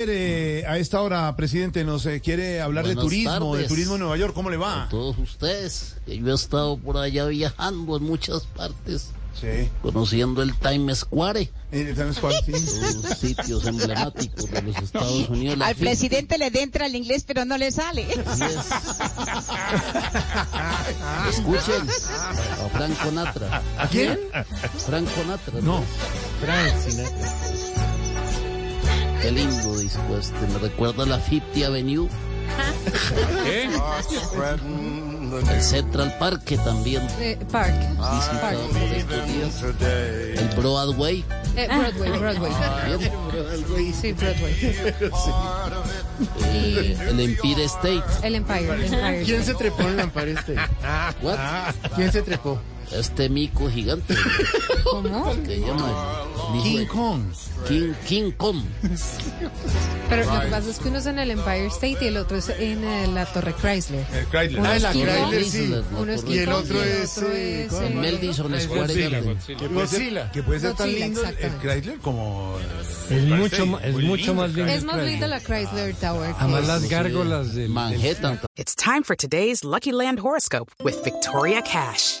Quiere, a esta hora, presidente, nos eh, quiere hablar Buenas de turismo, de tardes. turismo en Nueva York. ¿Cómo le va? todos ustedes. que Yo he estado por allá viajando en muchas partes, Sí. conociendo el Times Square, Eh, ¿Times Square? Sí. los sitios emblemáticos de los Estados Unidos. la Al fin- presidente le entra el inglés, pero no le sale. Yes. Escuchen a Franco Natra. ¿A quién? Franco Natra. No. Qué lindo disco este. Me recuerda a la 50 Avenue. El Central Parque también. Eh, Park. visitado por estos días. El Broadway. Eh, Broadway, Broadway. también. Sí, Broadway. Eh, el Empire State. El Empire. el Empire. ¿Quién se trepó en Lampard este? What? ¿Quién se trepó? Este mico gigante. ¿Cómo? que llama? Mijo de- King Kong. King, King Kong. Pero lo que pasa es que uno es en el Empire State y el otro es en eh, la Torre Chrysler. El Chrysler. Ah, Ah, en la King Chrysler, Kong. sí. Uno es Y King el Kong otro y el es, otro eh, es... ¿cómo? eh, Meldison Square Godzilla, Garden. que puede ser, Godzilla. que puede ser tan Godzilla, lindo el- el exactamente. Chrysler como... Es mucho, ma- es mucho más bien. Es más linda la Chrysler Ah, Tower. que Además es- las gárgolas del, del Manhattan. It's time for today's Lucky Land horoscope with Victoria Cash.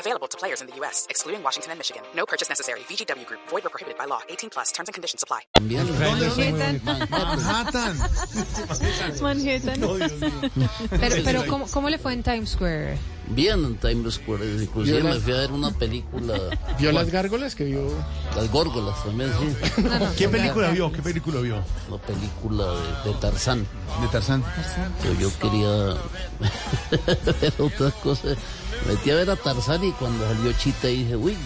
Available to players in the U.S., excluding Washington and Michigan. No purchase necessary. VGW Group. Void were prohibited by law. 18 plus. Terms and conditions apply. También. Manhattan. Manhattan. Manhattan. Pero, pero ¿cómo, ¿cómo le fue en Times Square? Bien en Times Square. Inclusive Vio me las- fui a ver una película. ¿Vio las gárgolas que vio? Las górgolas también, sí. ¿Qué película vio? ¿Qué película vio? Una película de, de Tarzán. De Tarzán. Pero yo quería ver otras cosas. Metí a ver a Tarzán y cuando salió Chita dije, uy,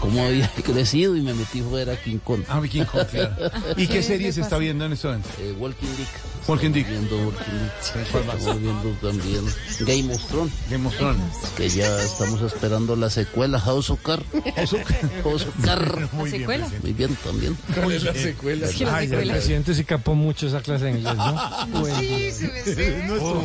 cómo había crecido y me metí a ver a King Kong. Ah, King Kong, claro. ¿Y qué serie se está viendo en este momento? Eh, Walking Dick. Walking Dick. Estamos viendo Walking Dick. Estamos viendo también Game of Thrones, Game of Thrones. que ya estamos esperando la secuela House of Cards. House of Cards. Muy bien, secuela. presidente. Muy bien también. Como las secuelas. Ay, ay, El ay. presidente se capó mucho esa clase de inglés, ¿no? Bueno. Pues, Es nuestro